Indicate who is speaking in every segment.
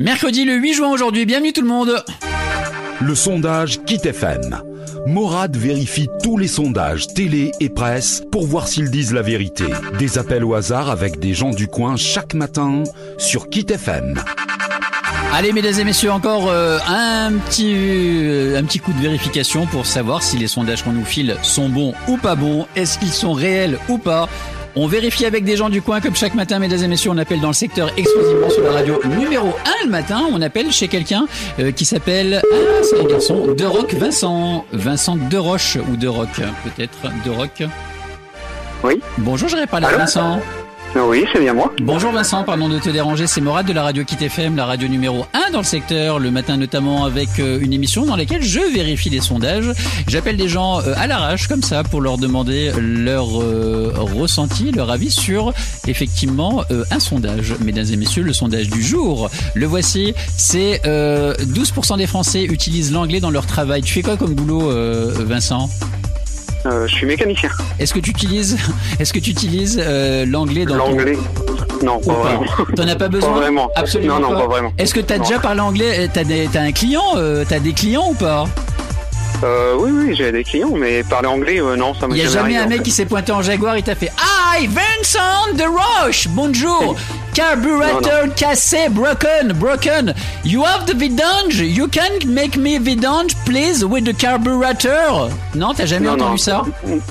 Speaker 1: Mercredi le 8 juin aujourd'hui, bienvenue tout le monde
Speaker 2: Le sondage Kit FM. Morad vérifie tous les sondages télé et presse pour voir s'ils disent la vérité. Des appels au hasard avec des gens du coin chaque matin sur Kit FM.
Speaker 1: Allez mesdames et messieurs, encore euh, un petit euh, un petit coup de vérification pour savoir si les sondages qu'on nous file sont bons ou pas bons, est-ce qu'ils sont réels ou pas. On vérifie avec des gens du coin comme chaque matin, mesdames et messieurs, on appelle dans le secteur exclusivement sur la radio numéro 1 le matin, on appelle chez quelqu'un euh, qui s'appelle ah, c'est un garçon De Rock Vincent, Vincent De Roche ou De Rock peut-être, De Rock.
Speaker 3: Oui.
Speaker 1: Bonjour, j'aurais parlé à
Speaker 3: Allô
Speaker 1: Vincent.
Speaker 3: Ah Oui, c'est bien moi.
Speaker 1: Bonjour Vincent, pardon de te déranger, c'est Morad de la radio Kit FM, la radio numéro 1 dans le secteur, le matin notamment avec euh, une émission dans laquelle je vérifie les sondages. J'appelle des gens euh, à l'arrache comme ça pour leur demander leur euh, ressenti, leur avis sur effectivement euh, un sondage. Mesdames et messieurs, le sondage du jour, le voici, c'est euh, 12% des Français utilisent l'anglais dans leur travail. Tu fais quoi comme boulot euh, Vincent
Speaker 3: Euh, je suis mécanicien.
Speaker 1: Est-ce que tu utilises, est-ce que tu utilises euh, l'anglais dans ton...
Speaker 3: L'anglais Non,
Speaker 1: Ou
Speaker 3: pas
Speaker 1: pas.
Speaker 3: vraiment.
Speaker 1: T'en as pas besoin
Speaker 3: Pas vraiment.
Speaker 1: Absolument
Speaker 3: Non, non,
Speaker 1: pas.
Speaker 3: pas vraiment.
Speaker 1: Est-ce que t'as
Speaker 3: Non.
Speaker 1: déjà parlé anglais Euh, T'as des- t'as un client euh, T'as des clients ou pas
Speaker 3: Euh, oui, oui, j'ai des clients, mais parler anglais, euh, non, ça me
Speaker 1: Il y a jamais un mec qui s'est pointé en Jaguar et t'a fait Hi Vincent de Roche Bonjour Carburator cassé broken broken You have the vidange You can make me vidange please with the carburator Non t'as jamais
Speaker 3: Non,
Speaker 1: entendu
Speaker 3: non.
Speaker 1: ça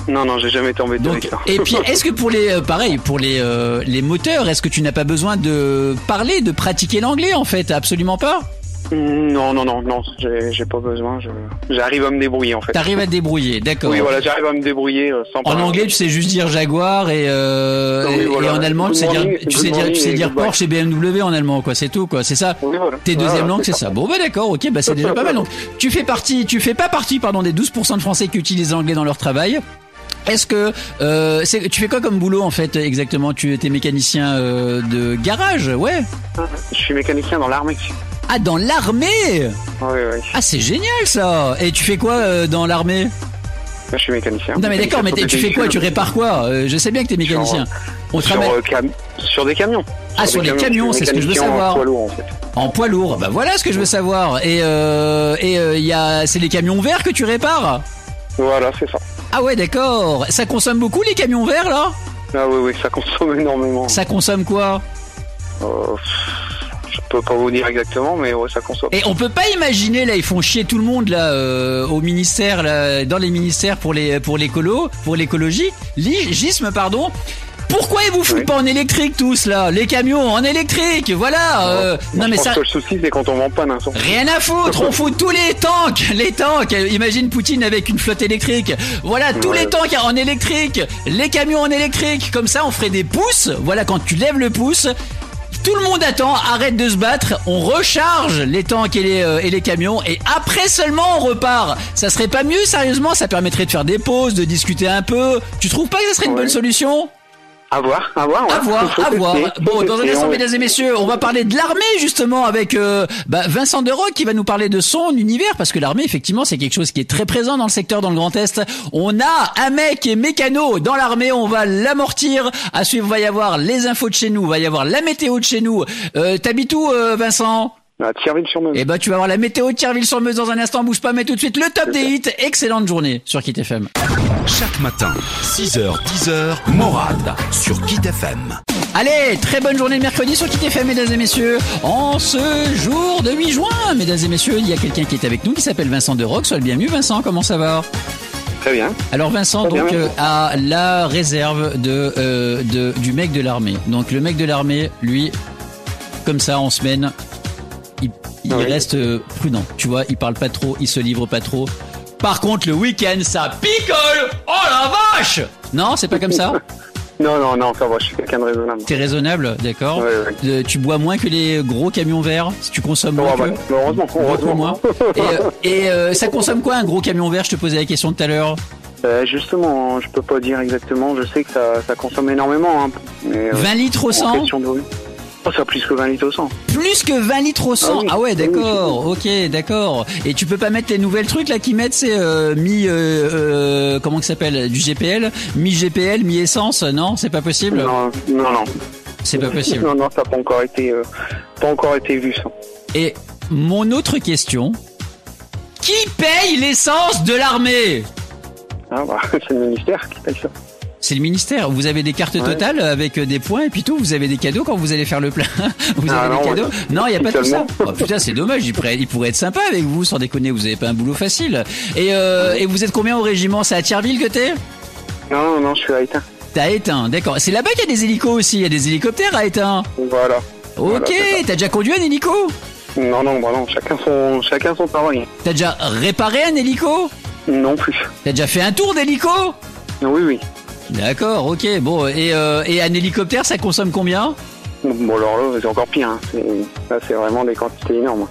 Speaker 3: Non, non, j'ai jamais été embêté
Speaker 1: Donc,
Speaker 3: avec ça.
Speaker 1: et puis, est-ce que pour les, euh, pareil, pour les, euh, les moteurs, est-ce que tu n'as pas besoin de parler, de pratiquer l'anglais en fait Absolument pas.
Speaker 3: Non, non, non, non, j'ai j'ai pas besoin. je- J'arrive à me débrouiller en fait.
Speaker 1: T'arrives à te débrouiller, d'accord.
Speaker 3: Oui, voilà, j'arrive à me débrouiller euh, sans
Speaker 1: En
Speaker 3: parler.
Speaker 1: anglais, tu sais juste dire Jaguar et, euh,
Speaker 3: Ah Oui,
Speaker 1: et- et
Speaker 3: voilà.
Speaker 1: en allemand, tu sais
Speaker 3: Good
Speaker 1: dire,
Speaker 3: morning,
Speaker 1: tu sais
Speaker 3: good
Speaker 1: dire, tu sais
Speaker 3: morning et
Speaker 1: dire
Speaker 3: goodbye. Ah,
Speaker 1: Porsche et BMW en allemand, quoi. C'est tout, quoi. C'est ça.
Speaker 3: Oui, voilà.
Speaker 1: Tes deuxièmes
Speaker 3: Voilà,
Speaker 1: langues, c'est ça. Bon, bah d'accord, ok, bah c'est déjà pas mal. Donc, tu fais partie, tu fais pas partie, pardon, des 12% de Français qui utilisent l'anglais dans leur travail. Est-ce que euh, c'est- tu fais quoi comme boulot en fait exactement Tu étais mécanicien euh, de garage, ouais
Speaker 3: Je suis mécanicien dans l'armée.
Speaker 1: Ah, dans l'armée
Speaker 3: Oui, oui.
Speaker 1: Ah, c'est génial ça Et tu fais quoi euh, dans l'armée
Speaker 3: Je suis Ah, mécanicien.
Speaker 1: Non mais d'accord, mais t'es- tu fais quoi Tu répares quoi Euh, Je sais bien que t'es mécanicien. On
Speaker 3: sur,
Speaker 1: travaille
Speaker 3: euh, cam- sur des camions.
Speaker 1: Ah, sur
Speaker 3: des
Speaker 1: les camions,
Speaker 3: je suis
Speaker 1: c'est ce que je veux
Speaker 3: mécanicien en
Speaker 1: savoir.
Speaker 3: poids lourd, en fait.
Speaker 1: en poids lourd. Bah voilà ce que je veux savoir. Et euh, et euh, il y a c'est les camions verts que tu répares.
Speaker 3: Voilà, c'est ça.
Speaker 1: Ah ouais, d'accord. Ça consomme beaucoup les camions verts là
Speaker 3: Ah oui, oui, ça consomme énormément.
Speaker 1: Ça consomme quoi
Speaker 3: Euh, pff, je peux pas vous dire exactement, mais ouais, ça consomme.
Speaker 1: Et on peut pas imaginer là, ils font chier tout le monde là euh, au ministère, là, dans les ministères pour les pour l'écolo, pour l'écologie, l'égisme pardon. Pourquoi ils vous foutent
Speaker 3: Oui.
Speaker 1: pas en électrique tous là Les camions en électrique, voilà. euh,
Speaker 3: Moi,
Speaker 1: non mais
Speaker 3: je pense
Speaker 1: ça,
Speaker 3: que le souci, c'est quand on vend pas d'un son.
Speaker 1: Rien à foutre, on fout tous les tanks, les tanks. Imagine Poutine avec une flotte électrique. Voilà tous
Speaker 3: Ouais.
Speaker 1: les tanks en électrique, les camions en électrique. Comme ça, on ferait des pouces. Voilà quand tu lèves le pouce. Tout le monde attend, arrête de se battre, on recharge les tanks et les, euh, et les camions et après seulement on repart. Ça serait pas mieux, sérieusement, ça permettrait de faire des pauses, de discuter un peu. Tu trouves pas que ça serait une
Speaker 3: Ouais.
Speaker 1: bonne solution
Speaker 3: À voir, à voir. ouais.
Speaker 1: à voir,
Speaker 3: Faut
Speaker 1: à voir.
Speaker 3: tester, faut
Speaker 1: Bon, dans un
Speaker 3: tester,
Speaker 1: instant,
Speaker 3: on-
Speaker 1: mesdames et messieurs, on va parler de l'armée justement avec euh, bah, Vincent Deroc qui va nous parler de son univers parce que l'armée, effectivement, c'est quelque chose qui est très présent dans le secteur, dans le Grand Est. On a un mec qui est mécano dans l'armée, on va l'amortir. À suivre, va y avoir les infos de chez nous, va y avoir la météo de chez nous. Euh, T'habites où, euh, Vincent
Speaker 3: Ah, Thierville-sur-Meuse.
Speaker 1: Eh ben, tu vas avoir la météo de Thierville-sur-Meuse dans un instant. Bouge pas, mais tout de suite le top des hits. Excellente journée sur Kit FM.
Speaker 2: Chaque matin, 6h, 10h, Morad sur Kit FM.
Speaker 1: Allez, très bonne journée de mercredi sur Kit FM, mesdames et messieurs. En ce jour de 8 juin, mesdames et messieurs, il y a quelqu'un qui est avec nous qui s'appelle Vincent de Rock. Sois le bienvenu, Vincent. Comment ça va
Speaker 3: Très bien.
Speaker 1: Alors Vincent,
Speaker 3: Très bien,
Speaker 1: donc
Speaker 3: merci.
Speaker 1: euh, à la réserve de, euh, de du mec de l'armée. Donc le mec de l'armée, lui, comme ça en semaine, il, il
Speaker 3: Oui.
Speaker 1: reste euh, prudent. Tu vois, il parle pas trop, il se livre pas trop. Par contre, le week-end, ça picole. Oh la vache Non, c'est pas comme ça.
Speaker 3: Non, non, non, ça va, je suis quelqu'un de raisonnable.
Speaker 1: T'es raisonnable, d'accord
Speaker 3: Ouais, ouais.
Speaker 1: Euh, Tu bois moins que les gros camions verts si Tu consommes moins
Speaker 3: Oh, bah,
Speaker 1: que...
Speaker 3: heureusement,
Speaker 1: euh, Beaucoup
Speaker 3: heureusement.
Speaker 1: moins. Et, euh, et, euh, ça consomme quoi un gros camion vert Je te posais la question tout à l'heure.
Speaker 3: Euh, justement, je peux pas dire exactement, je sais que ça, ça consomme énormément. Hein, mais, euh,
Speaker 1: 20 litres au
Speaker 3: en
Speaker 1: 100
Speaker 3: question de volume. Oh, ça a plus que 20 litres au 100.
Speaker 1: Plus que 20 litres au 100 Ah,
Speaker 3: Ah oui,
Speaker 1: ouais,
Speaker 3: oui,
Speaker 1: d'accord, ok, d'accord. Et tu peux pas mettre les nouvelles trucs là qui mettent, c'est euh, mi... euh, euh, comment que ça s'appelle Du GPL Mi GPL, mi essence Non, c'est pas possible
Speaker 3: Non, non, non.
Speaker 1: C'est pas possible.
Speaker 3: Non, non, ça n'a pas encore été, euh, pas encore été vu, ça.
Speaker 1: Et mon autre question qui paye l'essence de l'armée
Speaker 3: Ah, bah, c'est le ministère qui paye ça.
Speaker 1: c'est le ministère. Vous avez des cartes
Speaker 3: Ouais.
Speaker 1: totales avec euh, des points et puis tout. Vous avez des cadeaux quand vous allez faire le plein. Vous
Speaker 3: Ah
Speaker 1: avez
Speaker 3: non,
Speaker 1: des cadeaux.
Speaker 3: ouais.
Speaker 1: Non, il n'y a pas tout ça.
Speaker 3: Seulement.
Speaker 1: Oh, putain, c'est dommage. Il pourrait, il pourrait être sympa avec vous, sans déconner. Vous n'avez pas un boulot facile. Et, euh, et vous êtes combien au régiment C'est à Thierville que t'es
Speaker 3: Non, non, je suis à Étain.
Speaker 1: T'as éteint, d'accord. C'est là-bas qu'il y a des hélicos aussi. Il y a des hélicoptères à éteint.
Speaker 3: Voilà. Voilà,
Speaker 1: Ok,
Speaker 3: c'est
Speaker 1: t'as déjà conduit un hélico
Speaker 3: Non, non, bah non, chacun son, chacun son travail.
Speaker 1: T'as déjà réparé un hélico
Speaker 3: Non plus. Ah
Speaker 1: T'as déjà fait un tour d'hélico
Speaker 3: Oui, oui.
Speaker 1: D'accord, ok. Bon, et, euh, et un hélicoptère, ça consomme combien
Speaker 3: Bon, alors là, c'est encore pire. hein. C'est- Là, c'est vraiment des quantités énormes.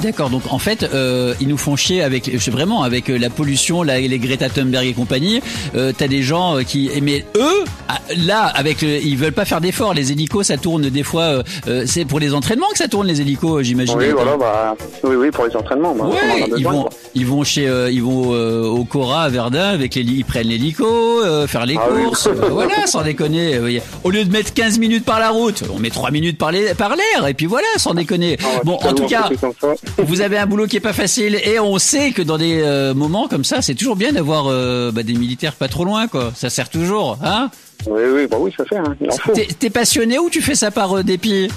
Speaker 1: D'accord, donc en fait, euh, ils nous font chier avec je sais vraiment avec euh, la pollution, la, les Greta Thunberg et compagnie. Euh, T'as des gens euh, qui, mais eux, ah, là, avec, le- ils veulent pas faire d'efforts. Les hélicos, ça tourne des fois. euh, euh, c'est pour les entraînements que ça tourne les hélicos, euh, j'imagine.
Speaker 3: Oui, voilà, bah, oui, oui, pour les entraînements. Bah, on en
Speaker 1: Ouais,
Speaker 3: a
Speaker 1: ils
Speaker 3: besoin.
Speaker 1: vont,
Speaker 3: quoi.
Speaker 1: ils vont chez, euh, ils vont euh, au Cora à Verdun avec les, ils prennent l'hélico, euh, faire les
Speaker 3: Ah oui.
Speaker 1: courses, euh, voilà, sans déconner. Euh, y a- Au lieu de mettre 15 minutes par la route, on met 3 minutes par les- par l'air, et puis voilà, sans déconner.
Speaker 3: Ah, ouais,
Speaker 1: bon, en
Speaker 3: tellement
Speaker 1: tout cas,
Speaker 3: c'est comme ça.
Speaker 1: vous avez un boulot qui est pas facile, et on sait que dans des euh, moments comme ça, c'est toujours bien d'avoir euh, bah, des militaires pas trop loin, quoi. Ça sert toujours, hein.
Speaker 3: Oui, oui, bah oui, ça fait. Hein. Il en faut.
Speaker 1: T'es t'es passionné ou tu fais ça par euh, dépit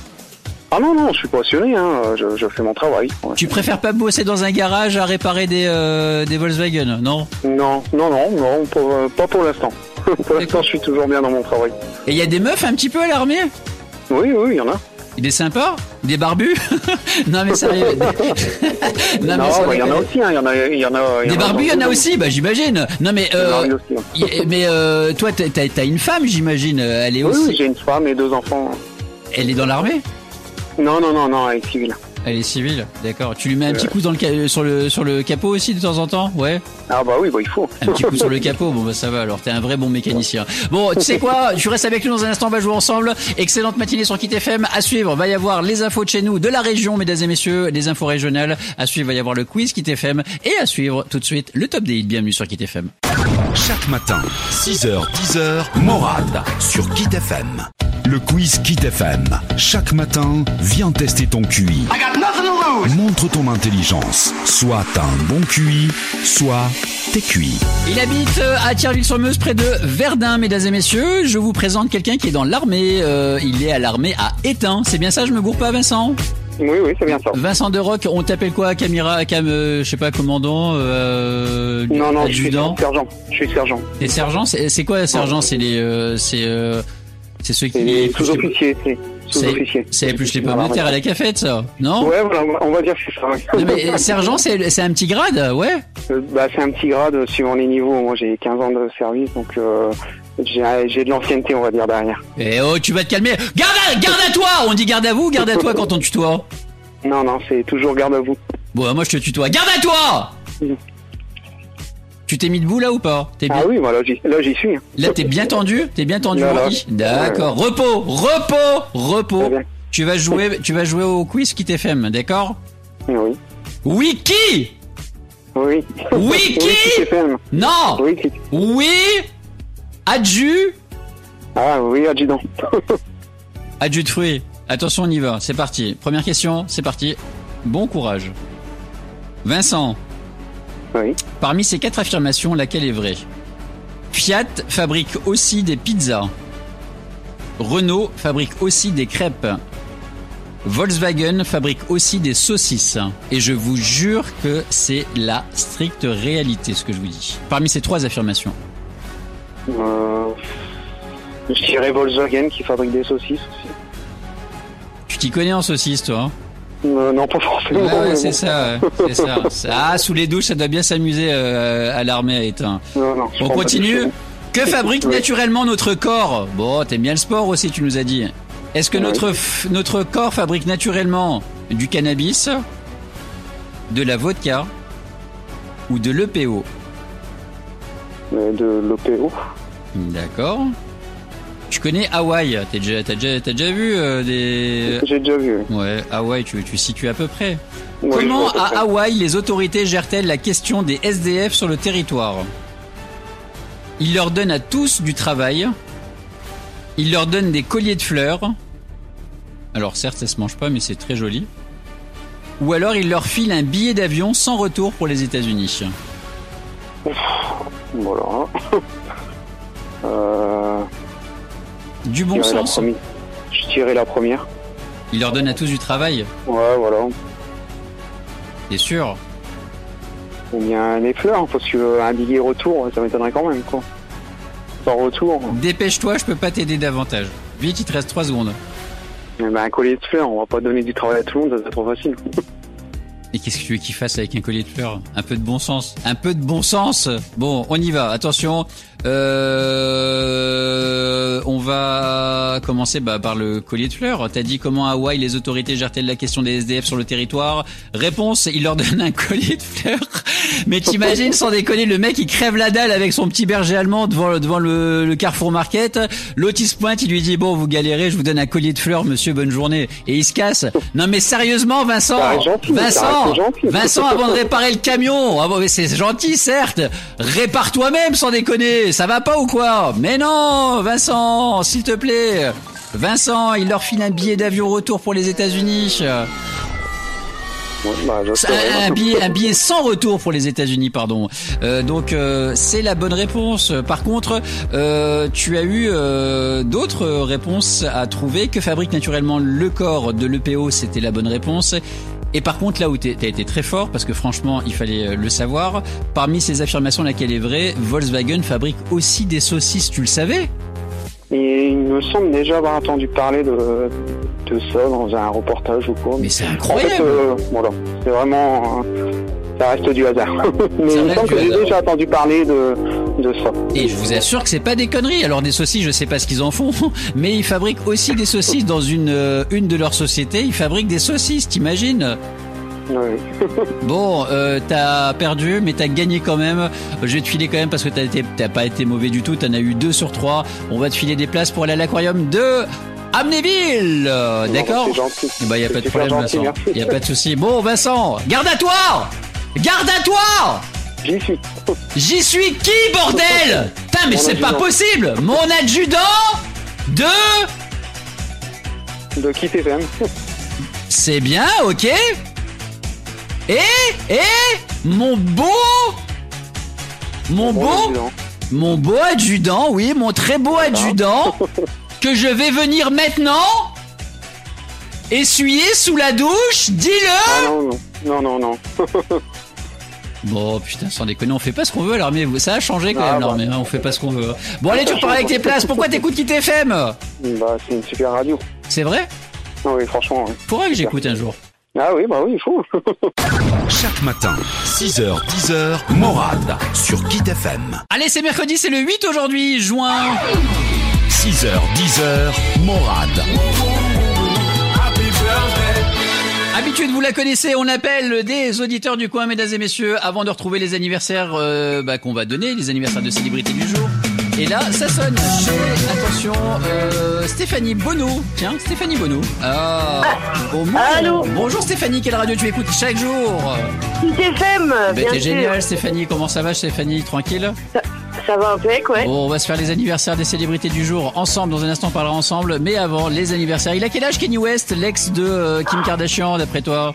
Speaker 3: Ah non, non, je suis passionné. Hein. Je, je fais mon travail. ouais.
Speaker 1: Tu préfères pas bosser dans un garage à réparer des euh, des Volkswagen, non
Speaker 3: Non, non, non, non, pour- euh, pas pour l'instant. pour l'instant, je suis toujours bien dans mon travail.
Speaker 1: Et il y a des meufs un petit peu à l'armée
Speaker 3: Oui, oui, il y en a.
Speaker 1: Il est sympa Il est barbu Non mais sérieux. non,
Speaker 3: non,
Speaker 1: sans
Speaker 3: bah, il y en a
Speaker 1: déconner.
Speaker 3: aussi. Hein. Il y en a, il y en a. il y
Speaker 1: euh, Des
Speaker 3: en a
Speaker 1: barbus, il y en a
Speaker 3: dans-
Speaker 1: aussi, bah j'imagine. Non mais
Speaker 3: Il y en a
Speaker 1: euh,
Speaker 3: aussi, hein.
Speaker 1: y- mais euh, toi t'as- t'as t'as une femme, j'imagine. euh, Elle est
Speaker 3: Oui, oui,
Speaker 1: aussi.
Speaker 3: j'ai une femme et deux enfants.
Speaker 1: Elle est dans l'armée
Speaker 3: Non, non, non, non, elle est civile.
Speaker 1: Elle est civile. D'accord. Tu lui mets un petit
Speaker 3: Ouais.
Speaker 1: coup dans le ca- euh, sur le sur le capot aussi de temps en temps Ouais.
Speaker 3: Ah bah oui, bah il faut.
Speaker 1: Un petit coup sur le capot. Bon bah ça va. Alors t'es un vrai bon mécanicien. Bon, tu sais quoi Tu restes avec nous dans un instant. On va jouer ensemble. Excellente matinée sur Kit FM. À suivre. Va y avoir les infos de chez nous, de la région, mesdames et messieurs, les infos régionales. À suivre. Va y avoir le quiz Kit FM et à suivre tout de suite le top des hits. Bienvenue sur Kit FM.
Speaker 2: Chaque matin, 6h, 10h, Morade sur Kit FM. Le quiz Kit FM. Chaque matin, viens tester ton QI. Montre ton intelligence. Soit t'as un bon QI, soit t'es cuit.
Speaker 1: Il habite euh, à Thierville-sur-Meuse, près de Verdun, mesdames et messieurs. Je vous présente quelqu'un qui est dans l'armée. Euh, il est à l'armée à Étain. C'est bien ça, je me gourre pas, Vincent
Speaker 3: Oui, oui, c'est bien ça.
Speaker 1: Vincent de Rock, on t'appelle quoi Camira, cam, euh, je sais pas, commandant, euh,
Speaker 3: Non, non, je suis
Speaker 1: adjudant
Speaker 3: sergent. Je suis sergent.
Speaker 1: T'es sergent C'est c'est quoi, sergent C'est les, euh, c'est, euh, c'est ceux qui
Speaker 3: Et les
Speaker 1: épluchent les-
Speaker 3: sous-officiers, c'est sous-officiers.
Speaker 1: c'est épluche les pommes
Speaker 3: Voilà,
Speaker 1: de terre à la cafette, ça Non,
Speaker 3: Ouais, voilà, on va- on va dire que c'est ça. ouais.
Speaker 1: Non, mais euh, sergent, c'est c'est un petit grade, ouais
Speaker 3: Euh, bah, c'est un petit grade euh, suivant les niveaux. Moi, j'ai 15 ans de service, donc euh, j'ai j'ai de l'ancienneté, on va dire, derrière.
Speaker 1: Eh oh, tu vas te calmer. Garde à, garde à toi On dit garde à vous, garde à toi quand on tutoie.
Speaker 3: Non, non, c'est toujours garde à vous.
Speaker 1: Bon, moi je te tutoie. Garde à toi Tu t'es mis debout là ou pas T'es bien-
Speaker 3: Mm. Ah oui, bah, là, j'y là, j'y suis. hein.
Speaker 1: Là, t'es bien tendu T'es bien tendu,
Speaker 3: Là, là.
Speaker 1: Rocky D'accord. Repos, repos, repos.
Speaker 3: Très bien.
Speaker 1: Tu vas jouer, tu vas jouer au quiz qui t'FM, d'accord
Speaker 3: Oui.
Speaker 1: Wiki
Speaker 3: Oui.
Speaker 1: Wiki
Speaker 3: Oui, c'est FM.
Speaker 1: Non
Speaker 3: Oui, c'est-
Speaker 1: Oui Adju
Speaker 3: Ah oui, adjudant.
Speaker 1: Adju de fruits. Attention, on y va. C'est parti. Première question, c'est parti. Bon courage. Vincent,
Speaker 3: oui.
Speaker 1: Parmi ces quatre affirmations, laquelle est vraie Fiat fabrique aussi des pizzas. Renault fabrique aussi des crêpes. Volkswagen fabrique aussi des saucisses. Et je vous jure que c'est la stricte réalité ce que je vous dis. Parmi ces trois affirmations.
Speaker 3: Euh, je dirais Volkswagen qui fabrique des saucisses aussi.
Speaker 1: Tu t'y connais en saucisses, toi hein
Speaker 3: Euh, non, pas forcément.
Speaker 1: Ouais, Ah ouais,
Speaker 3: mais
Speaker 1: c'est
Speaker 3: bon.
Speaker 1: ça, ouais, c'est ça. Ah, sous les douches, ça doit bien s'amuser euh, à l'armée à éteindre.
Speaker 3: Non, non, je
Speaker 1: On
Speaker 3: prends pas de
Speaker 1: continue
Speaker 3: cheveux.
Speaker 1: Que fabrique
Speaker 3: Oui.
Speaker 1: naturellement notre corps Bon, t'aimes bien le sport aussi, tu nous as dit. Est-ce que
Speaker 3: Oui.
Speaker 1: notre, f- notre corps fabrique naturellement du cannabis, de la vodka ou de l'EPO
Speaker 3: Euh, De l'OPO.
Speaker 1: D'accord. Tu connais Hawaï T'as déjà, t'as déjà, t'as déjà vu euh, des...
Speaker 3: J'ai déjà vu.
Speaker 1: Ouais, Hawaï, tu, tu situes à peu près.
Speaker 3: Ouais,
Speaker 1: Comment
Speaker 3: je vois
Speaker 1: à Hawaï les autorités gèrent-elles la question des SDF sur le territoire Ils leur donnent à tous du travail. Il leur donne des colliers de fleurs. Alors certes, ça se mange pas, mais c'est très joli. Ou alors il leur file un billet d'avion sans retour pour les États-Unis.
Speaker 3: Voilà. Euh,
Speaker 1: Du
Speaker 3: je
Speaker 1: bon
Speaker 3: dirais la
Speaker 1: sens.
Speaker 3: première. Je dirais la première.
Speaker 1: Il leur donne à tous du travail,
Speaker 3: Ouais, voilà.
Speaker 1: c'est sûr.
Speaker 3: Ou bien les fleurs, hein, parce qu'un billet retour, ça m'étonnerait quand même, quoi. Sans retour,
Speaker 1: Dépêche-toi, je peux pas t'aider davantage. Vite, il te reste 3 secondes.
Speaker 3: eh ben, un collier de fleurs, on va pas donner du travail à tout le monde, ça c'est trop facile.
Speaker 1: Et qu'est-ce que tu veux qu'il fasse avec un collier de fleurs Un peu de bon sens. Un peu de bon sens Bon, on y va, attention. Euh... On va commencer bah, par le collier de fleurs. T'as dit comment à Hawaï les autorités gèrent-elles la question des SDF sur le territoire Réponse, il leur donne un collier de fleurs. Mais t'imagines, sans déconner, le mec il crève la dalle avec son petit berger allemand devant, le- devant le, le Carrefour Market. L'autre il se pointe, il lui dit, bon vous galérez, je vous donne un collier de fleurs monsieur, bonne journée. Et il se casse. Non mais sérieusement Vincent
Speaker 3: Ça reste gentil, ça
Speaker 1: Vincent,
Speaker 3: reste gentil.
Speaker 1: Vincent, avant de réparer le camion, ah bon, mais c'est gentil, certes. Répare toi-même, sans déconner. Ça va pas ou quoi Mais non, Vincent, s'il te plaît. Vincent, il leur file un billet d'avion retour pour les États-Unis.
Speaker 3: Ouais, bah, je
Speaker 1: Ça,
Speaker 3: sais,
Speaker 1: Un,
Speaker 3: ouais.
Speaker 1: un billet, un billet sans retour pour les États-Unis, pardon. Euh, donc euh, c'est la bonne réponse. Par contre, euh, tu as eu euh, d'autres euh, réponses à trouver. Que fabrique naturellement le corps de l'EPO C'était la bonne réponse. Et par contre, là où t'es- t'as été très fort, parce que franchement, il fallait euh, le savoir, parmi ces affirmations, laquelle est vraie Volkswagen fabrique aussi des saucisses, tu le savais
Speaker 3: Et il me semble déjà avoir entendu parler de, de ça dans un reportage ou quoi.
Speaker 1: Mais c'est
Speaker 3: En fait,
Speaker 1: incroyable
Speaker 3: euh, voilà, c'est vraiment. euh, ça reste du hasard. Mais
Speaker 1: Ça
Speaker 3: il me
Speaker 1: reste
Speaker 3: semble
Speaker 1: du
Speaker 3: que j'ai
Speaker 1: hasard.
Speaker 3: déjà entendu parler de, de ça.
Speaker 1: Et je vous assure que c'est pas des conneries. Alors des saucisses, je sais pas ce qu'ils en font, mais ils fabriquent aussi des saucisses dans une euh, une de leurs sociétés. Ils fabriquent des saucisses, t'imagines
Speaker 3: Ouais.
Speaker 1: Bon, euh, t'as perdu, mais t'as gagné quand même. Je vais te filer quand même parce que t'as été t'as pas été mauvais du tout. T'en as eu deux sur trois. On va te filer des places pour aller à l'aquarium de Amnéville, euh,
Speaker 3: Bon,
Speaker 1: d'accord
Speaker 3: C'est gentil.
Speaker 1: Eh ben y a pas
Speaker 3: C'est
Speaker 1: de
Speaker 3: super
Speaker 1: problème,
Speaker 3: gentil,
Speaker 1: Vincent.
Speaker 3: merci.
Speaker 1: Y a pas de souci. Bon, Vincent, garde à toi, garde à toi.
Speaker 3: J'y suis.
Speaker 1: J'y suis qui, bordel Putain, mais
Speaker 3: Mon
Speaker 1: c'est pas
Speaker 3: adjudant.
Speaker 1: possible Mon adjudant de...
Speaker 3: De Kit FM.
Speaker 1: C'est bien, ok Et... Et... Mon beau... Mon beau...
Speaker 3: Bon,
Speaker 1: Mon beau adjudant, oui, mon très beau adjudant, que je vais venir maintenant essuyer sous la douche,
Speaker 3: Ah
Speaker 1: dis-le
Speaker 3: non, non. Non, non, non.
Speaker 1: Bon, putain, sans déconner, on fait pas ce qu'on veut à l'armée, ça a changé quand
Speaker 3: Ah,
Speaker 1: même
Speaker 3: bah.
Speaker 1: l'armée, hein, on fait pas ce qu'on veut. hein. Bon allez, tu repars avec tes places, pourquoi t'écoutes Kit FM
Speaker 3: Bah, c'est une super radio.
Speaker 1: C'est vrai
Speaker 3: Ah oui, franchement. ouais.
Speaker 1: Faudra que j'écoute un jour.
Speaker 3: Ah oui, bah oui, il faut.
Speaker 2: Chaque matin, 6h, 10h, Morade sur Kit FM.
Speaker 1: Allez, c'est mercredi, c'est le 8 aujourd'hui, juin.
Speaker 2: 6h, 10h, Morade.
Speaker 1: Habitude, vous la connaissez, on appelle des auditeurs du coin, mesdames et messieurs, avant de retrouver les anniversaires euh, bah, qu'on va donner, les anniversaires de célébrités du jour. Et là, ça sonne chez, attention, euh, Stéphanie Bonneau. Tiens, Stéphanie Bonneau. Ah, au monde.
Speaker 4: Allô
Speaker 1: Bonjour Stéphanie, quelle radio tu écoutes chaque jour
Speaker 4: Hit FM,
Speaker 1: Ben,
Speaker 4: bien
Speaker 1: T'es
Speaker 4: sûr.
Speaker 1: génial Stéphanie, comment ça va Stéphanie Tranquille
Speaker 4: Ça va un peu, ouais.
Speaker 1: Bon, on va se faire les anniversaires des célébrités du jour ensemble. Dans un instant, on parlera ensemble. Mais avant, les anniversaires. Il a quel âge Kenny West, l'ex de euh, Kim Kardashian, d'après toi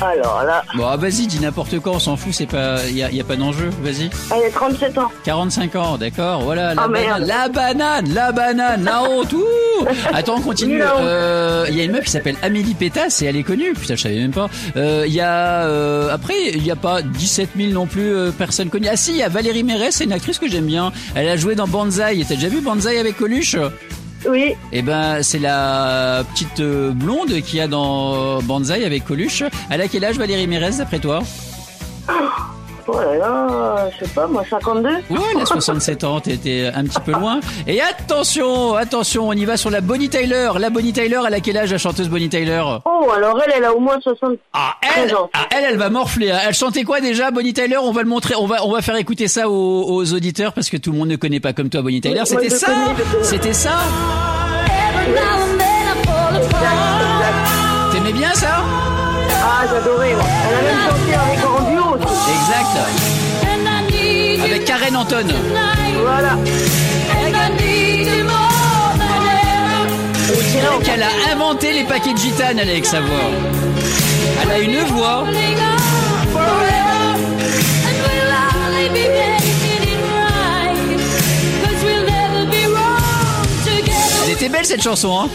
Speaker 4: Alors là,
Speaker 1: Bon, ah, vas-y, dis n'importe quoi, on s'en fout, c'est pas, y a, y a pas d'enjeu. Vas-y.
Speaker 4: elle est 37 ans.
Speaker 1: 45 ans, d'accord. Voilà, la
Speaker 4: Oh, merde.
Speaker 1: banane, la banane, la banane, la honte. ouh. Attends, on continue.
Speaker 4: Nul à honte.
Speaker 1: Euh, Il y a une meuf qui s'appelle Amélie Pétas et elle est connue. Putain, je savais même pas. Euh, Il y a euh, après, il n'y a pas 17 000 non plus euh, personnes connues. Ah si, il y a Valérie Mérès, c'est une actrice que j'aime bien. Elle a joué dans Banzai. T'as déjà vu Banzai avec Coluche
Speaker 4: Oui,
Speaker 1: eh ben, c'est la petite euh, blonde qui a dans Banzai avec Coluche. Elle a quel âge, Valérie Mérez, d'après toi
Speaker 4: oh là là, je sais pas, moi 52.
Speaker 1: Ouais, elle a 67 ans, t'étais un petit peu loin. Et attention, attention, on y va sur la Bonnie Tyler. La Bonnie Tyler, elle a quel âge, la chanteuse Bonnie Tyler
Speaker 4: Oh, alors elle, elle a au moins 60.
Speaker 1: Ah, elle,
Speaker 4: Présent.
Speaker 1: ah, elle, elle va morfler. hein. Elle chantait quoi déjà, Bonnie Tyler On va le montrer, on va, on va faire écouter ça aux, aux auditeurs parce que tout le monde ne connaît pas comme toi Bonnie Tyler.
Speaker 4: Oui,
Speaker 1: C'était
Speaker 4: moi, je
Speaker 1: ça,
Speaker 4: connais, je connais.
Speaker 1: c'était ça. T'aimais bien ça
Speaker 4: Ah, j'adorais, moi. Elle a même chanté avec en duo aussi.
Speaker 1: Exact. Avec Karen Anton.
Speaker 4: Voilà.
Speaker 5: Avec
Speaker 1: c'est là qu'elle a inventé les paquets de gitane, Alex Savoie. Elle a une voix. Elle était belle cette chanson, hein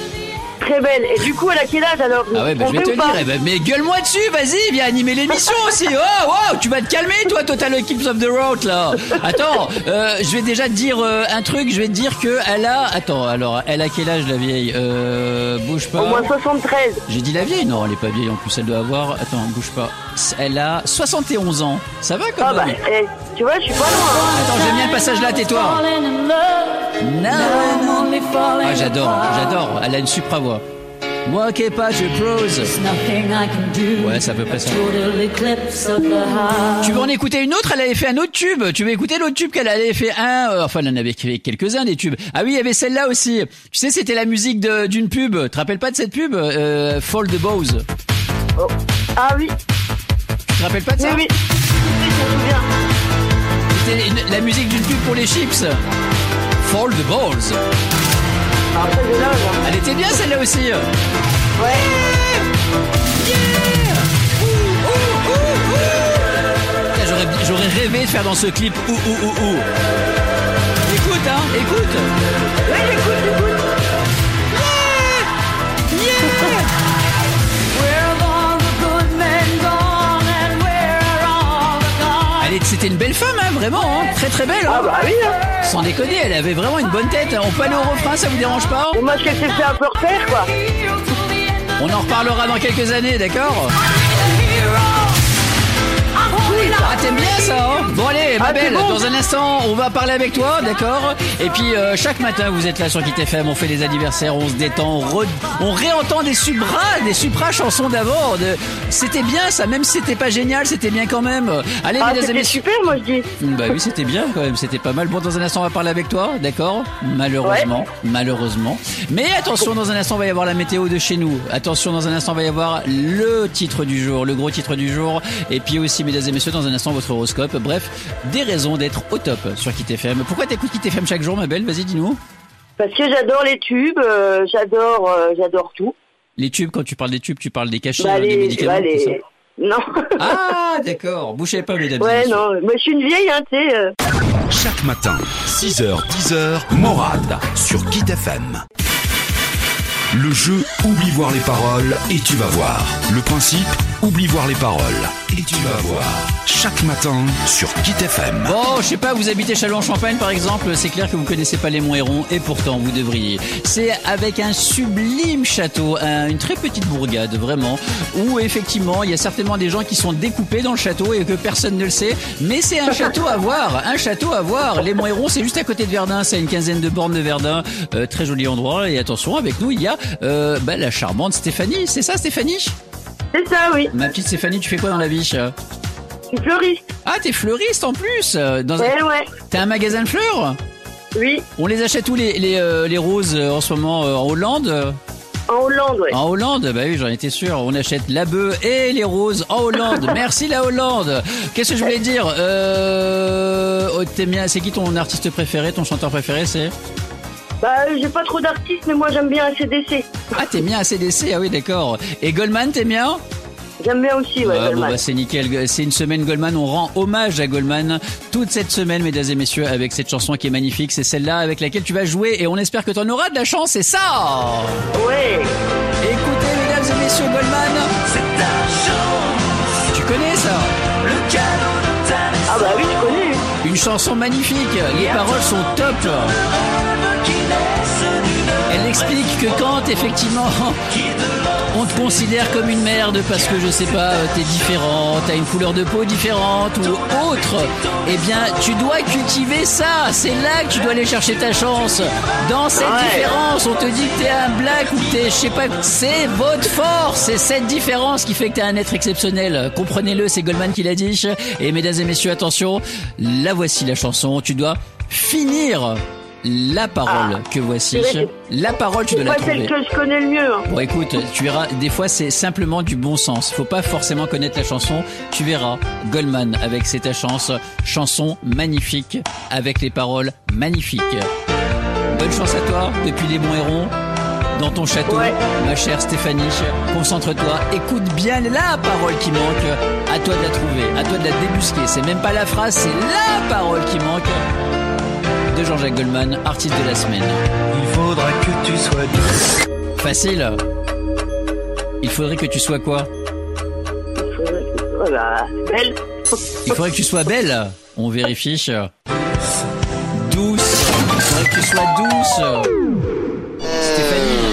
Speaker 4: Très belle. Et du coup, elle a quel âge alors Vous
Speaker 1: Ah ouais, bah, je
Speaker 4: vous
Speaker 1: vais te
Speaker 4: trompez
Speaker 1: le
Speaker 4: ou pas
Speaker 1: dire. Eh ben, mais gueule-moi dessus, vas-y, viens animer l'émission aussi. Oh, wow, tu vas te calmer, toi, Total Eclipse of the Road, là. Attends, euh, je vais déjà te dire euh, un truc. Je vais te dire que elle a. Attends, alors, elle a quel âge, la vieille Euh. Bouge pas.
Speaker 4: Au moins 73.
Speaker 1: J'ai dit la vieille Non, elle est pas vieille, en plus, elle doit avoir. Attends, bouge pas. Elle a 71 ans. Ça va quand
Speaker 4: Ah bah,
Speaker 1: même
Speaker 4: eh, tu vois, je suis pas loin. hein.
Speaker 1: Attends, j'aime bien le passage là, tais-toi. Non. Ah, j'adore, j'adore. Elle a une supra-voix. Moi, qui est pas, je prose. Ouais, c'est à peu près ça. Tu veux
Speaker 4: Ah.
Speaker 1: en écouter une autre Elle avait fait un autre tube. Tu veux écouter l'autre tube qu'elle avait fait un euh, Enfin, elle en avait fait quelques-uns des tubes. Ah oui, il y avait celle-là aussi. Tu sais, c'était la musique de- d'une pub. Tu te rappelles pas de cette pub euh, Fall the Bows. Tu
Speaker 4: Oh. Ah oui,
Speaker 1: te rappelles pas de
Speaker 4: oui,
Speaker 1: ça
Speaker 4: oui. Oui, je me souviens.
Speaker 1: C'était une- la musique d'une pub pour les chips. Fall the Balls.
Speaker 4: Ah, ça, de là, là.
Speaker 1: Elle était bien celle-là aussi. Ouais. Putain, J'aurais, j'aurais rêvé de faire dans ce clip ou ou ou ou. Écoute hein, écoute.
Speaker 4: Ouais, j'écoute, j'écoute.
Speaker 1: Elle est- c'était une belle femme hein, vraiment, hein. très très belle. hein.
Speaker 4: Ah bah oui, hein.
Speaker 1: Sans déconner, elle avait vraiment une bonne tête. hein. On peut aller au refrain, ça vous dérange pas hein
Speaker 4: Dommage qu'elle s'est fait un peu refaire, quoi.
Speaker 1: On en reparlera dans quelques années, d'accord Ah t'aimes bien ça hein Bon allez, ma
Speaker 4: Ah, c'est
Speaker 1: belle,
Speaker 4: bon.
Speaker 1: dans un instant on va parler avec toi, d'accord Et puis euh, chaque matin vous êtes là sur Kit FM, on fait les anniversaires, on se détend, on, re- on réentend des subras, des supras chansons d'avant. de- C'était bien ça, même si c'était pas génial, c'était bien quand même. Allez
Speaker 4: Ah,
Speaker 1: mesdames et
Speaker 4: c'était
Speaker 1: messieurs.
Speaker 4: super, moi, je dis.
Speaker 1: Mm, Bah oui, c'était bien quand même, c'était pas mal. Bon, dans un instant, on va parler avec toi, d'accord Malheureusement, malheureusement. Mais attention, dans un instant, on va y avoir la météo de chez nous. Attention, dans un instant, on va y avoir le titre du jour, le gros titre du jour. Et puis aussi, mesdames et messieurs, dans un instant, votre horoscope. Bref, des raisons d'être au top sur Kit FM. Pourquoi t'écoutes Kit FM chaque jour, ma belle Vas-y, dis-nous.
Speaker 4: Parce que j'adore les tubes, euh, j'adore, euh, j'adore tout.
Speaker 1: Les tubes, quand tu parles des tubes, tu parles des cachets,
Speaker 4: Bah,
Speaker 1: hein, des
Speaker 4: les-
Speaker 1: médicaments,
Speaker 4: bah,
Speaker 1: tout
Speaker 4: les-
Speaker 1: ça.
Speaker 4: Non.
Speaker 1: Ah, d'accord. Bouchez pas, mesdames et
Speaker 4: ouais,
Speaker 1: messieurs.
Speaker 4: non. Moi, je suis une vieille, hein, tu sais. euh.
Speaker 2: Chaque matin, 6h, 10h, Morade sur Kit FM. Le jeu Oublie voir les paroles et tu vas voir. Le principe Oublie voir les paroles et tu vas voir. Chaque matin sur Kit FM.
Speaker 1: Bon, je sais pas, vous habitez Châlons-en-Champagne par exemple, c'est clair que vous connaissez pas les monts Hérons et pourtant vous devriez. C'est avec un sublime château, un- une très petite bourgade vraiment, où effectivement il y a certainement des gens qui sont découpés dans le château et que personne ne le sait, mais c'est un château à voir, un château à voir. Les monts Hérons, c'est juste à côté de Verdun, c'est à une quinzaine de bornes de Verdun, Euh, très joli endroit et attention, avec nous il y a euh, bah, la charmante Stéphanie, c'est ça Stéphanie
Speaker 4: C'est ça, oui.
Speaker 1: Ma petite Stéphanie, tu fais quoi dans la vie
Speaker 4: Je suis fleuriste.
Speaker 1: Ah, t'es fleuriste en plus euh, dans un-
Speaker 4: Ouais, ouais.
Speaker 1: T'as un magasin de fleurs
Speaker 4: Oui.
Speaker 1: On les achète où les, les, euh, les roses euh, en ce moment euh, en Hollande
Speaker 4: En Hollande, ouais.
Speaker 1: En Hollande, bah oui, j'en étais sûr. On achète la bœuf et les roses en Hollande. Merci la Hollande. Qu'est-ce que je voulais dire euh... oh, t'aimes bien, c'est qui ton artiste préféré, ton chanteur préféré, c'est
Speaker 4: Bah, euh, j'ai pas trop d'artistes, mais moi, j'aime bien ACDC.
Speaker 1: Ah, t'aimes bien ACDC, ah oui, d'accord. Et Goldman, t'aimes bien
Speaker 4: J'aime bien aussi, ouais,
Speaker 1: Ah, bon,
Speaker 4: Goldman.
Speaker 1: bah, c'est nickel. C'est une semaine Goldman. On rend hommage à Goldman toute cette semaine, mesdames et messieurs, avec cette chanson qui est magnifique. C'est celle-là avec laquelle tu vas jouer et on espère que t'en auras de la chance. C'est ça
Speaker 4: Ouais.
Speaker 1: Écoutez, mesdames et messieurs, Goldman, tu connais ça
Speaker 4: Ah, bah oui, je connais.
Speaker 1: Une chanson magnifique, les paroles sont top. Elle explique que quand effectivement on te considère comme une merde parce que je sais pas, euh, t'es différent, t'as une couleur de peau différente ou autre, eh bien tu dois cultiver ça. C'est là que tu dois aller chercher ta chance. Dans cette
Speaker 4: Ouais.
Speaker 1: différence, on te dit que t'es un black ou que t'es je sais pas. C'est votre force, c'est cette différence qui fait que t'es un être exceptionnel. Comprenez-le, c'est Goldman qui l'a dit. Et mesdames et messieurs, attention, la voici la chanson. Tu dois finir la parole
Speaker 4: Ah.
Speaker 1: que voici.
Speaker 4: C'est vrai
Speaker 1: La parole, tu dois
Speaker 4: C'est
Speaker 1: la
Speaker 4: pas
Speaker 1: trouver.
Speaker 4: celle que je connais le mieux. hein.
Speaker 1: Bon, écoute, tu verras, des fois c'est simplement du bon sens. Faut pas forcément connaître la chanson. Tu verras, Goldman avec C'est ta chance, chanson magnifique, avec les paroles magnifiques. Bonne chance à toi, depuis les bons hérons, dans ton château,
Speaker 4: Ouais.
Speaker 1: ma chère Stéphanie. Concentre-toi, écoute bien la parole qui manque. À toi de la trouver, à toi de la débusquer. C'est même pas la phrase, c'est la parole qui manque. De Jean-Jacques Goldman, artiste de la semaine.
Speaker 5: Il faudra que tu sois douce.
Speaker 1: Facile. Il faudrait que tu sois quoi
Speaker 4: Voilà. Elle.
Speaker 1: Il faudrait que tu sois belle. On vérifie. Douce. Il faudrait que tu sois douce. Stéphanie.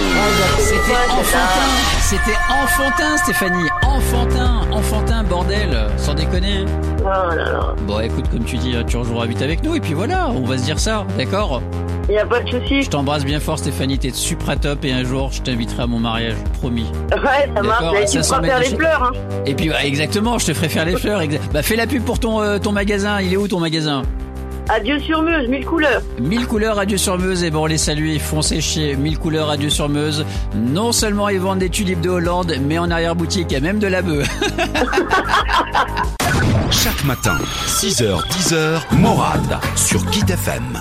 Speaker 1: C'était enfantin. C'était enfantin, Stéphanie. Enfantin. Enfantin, bordel. Sans déconner.
Speaker 4: Oh là là.
Speaker 1: Bon, écoute, comme tu dis, tu rejoueras vite avec nous. Et puis voilà, on va se dire ça. D'accord
Speaker 4: Il n'y a pas de souci.
Speaker 1: Je t'embrasse bien fort, Stéphanie. T'es supra top. Et un jour, je t'inviterai à mon mariage. Promis.
Speaker 4: Ouais, ça marche.
Speaker 1: D'accord, ça
Speaker 4: Là, tu
Speaker 1: sent
Speaker 4: pourras faire
Speaker 1: mettre
Speaker 4: les
Speaker 1: des-
Speaker 4: fleurs. Hein.
Speaker 1: Et puis, bah, exactement, je te ferai faire les fleurs. exa- Bah, fais la pub pour ton, euh, ton magasin. Il est où ton magasin
Speaker 4: Adieu sur Meuse, mille couleurs.
Speaker 1: Mille couleurs Adieu sur Meuse, et bon, les saluer, foncez chez Mille couleurs Adieu sur Meuse. Non seulement ils vendent des tulipes de Hollande, mais en arrière-boutique, il y a même de la bœuf.
Speaker 2: Chaque matin, 6h-10h, Morade sur Kit FM.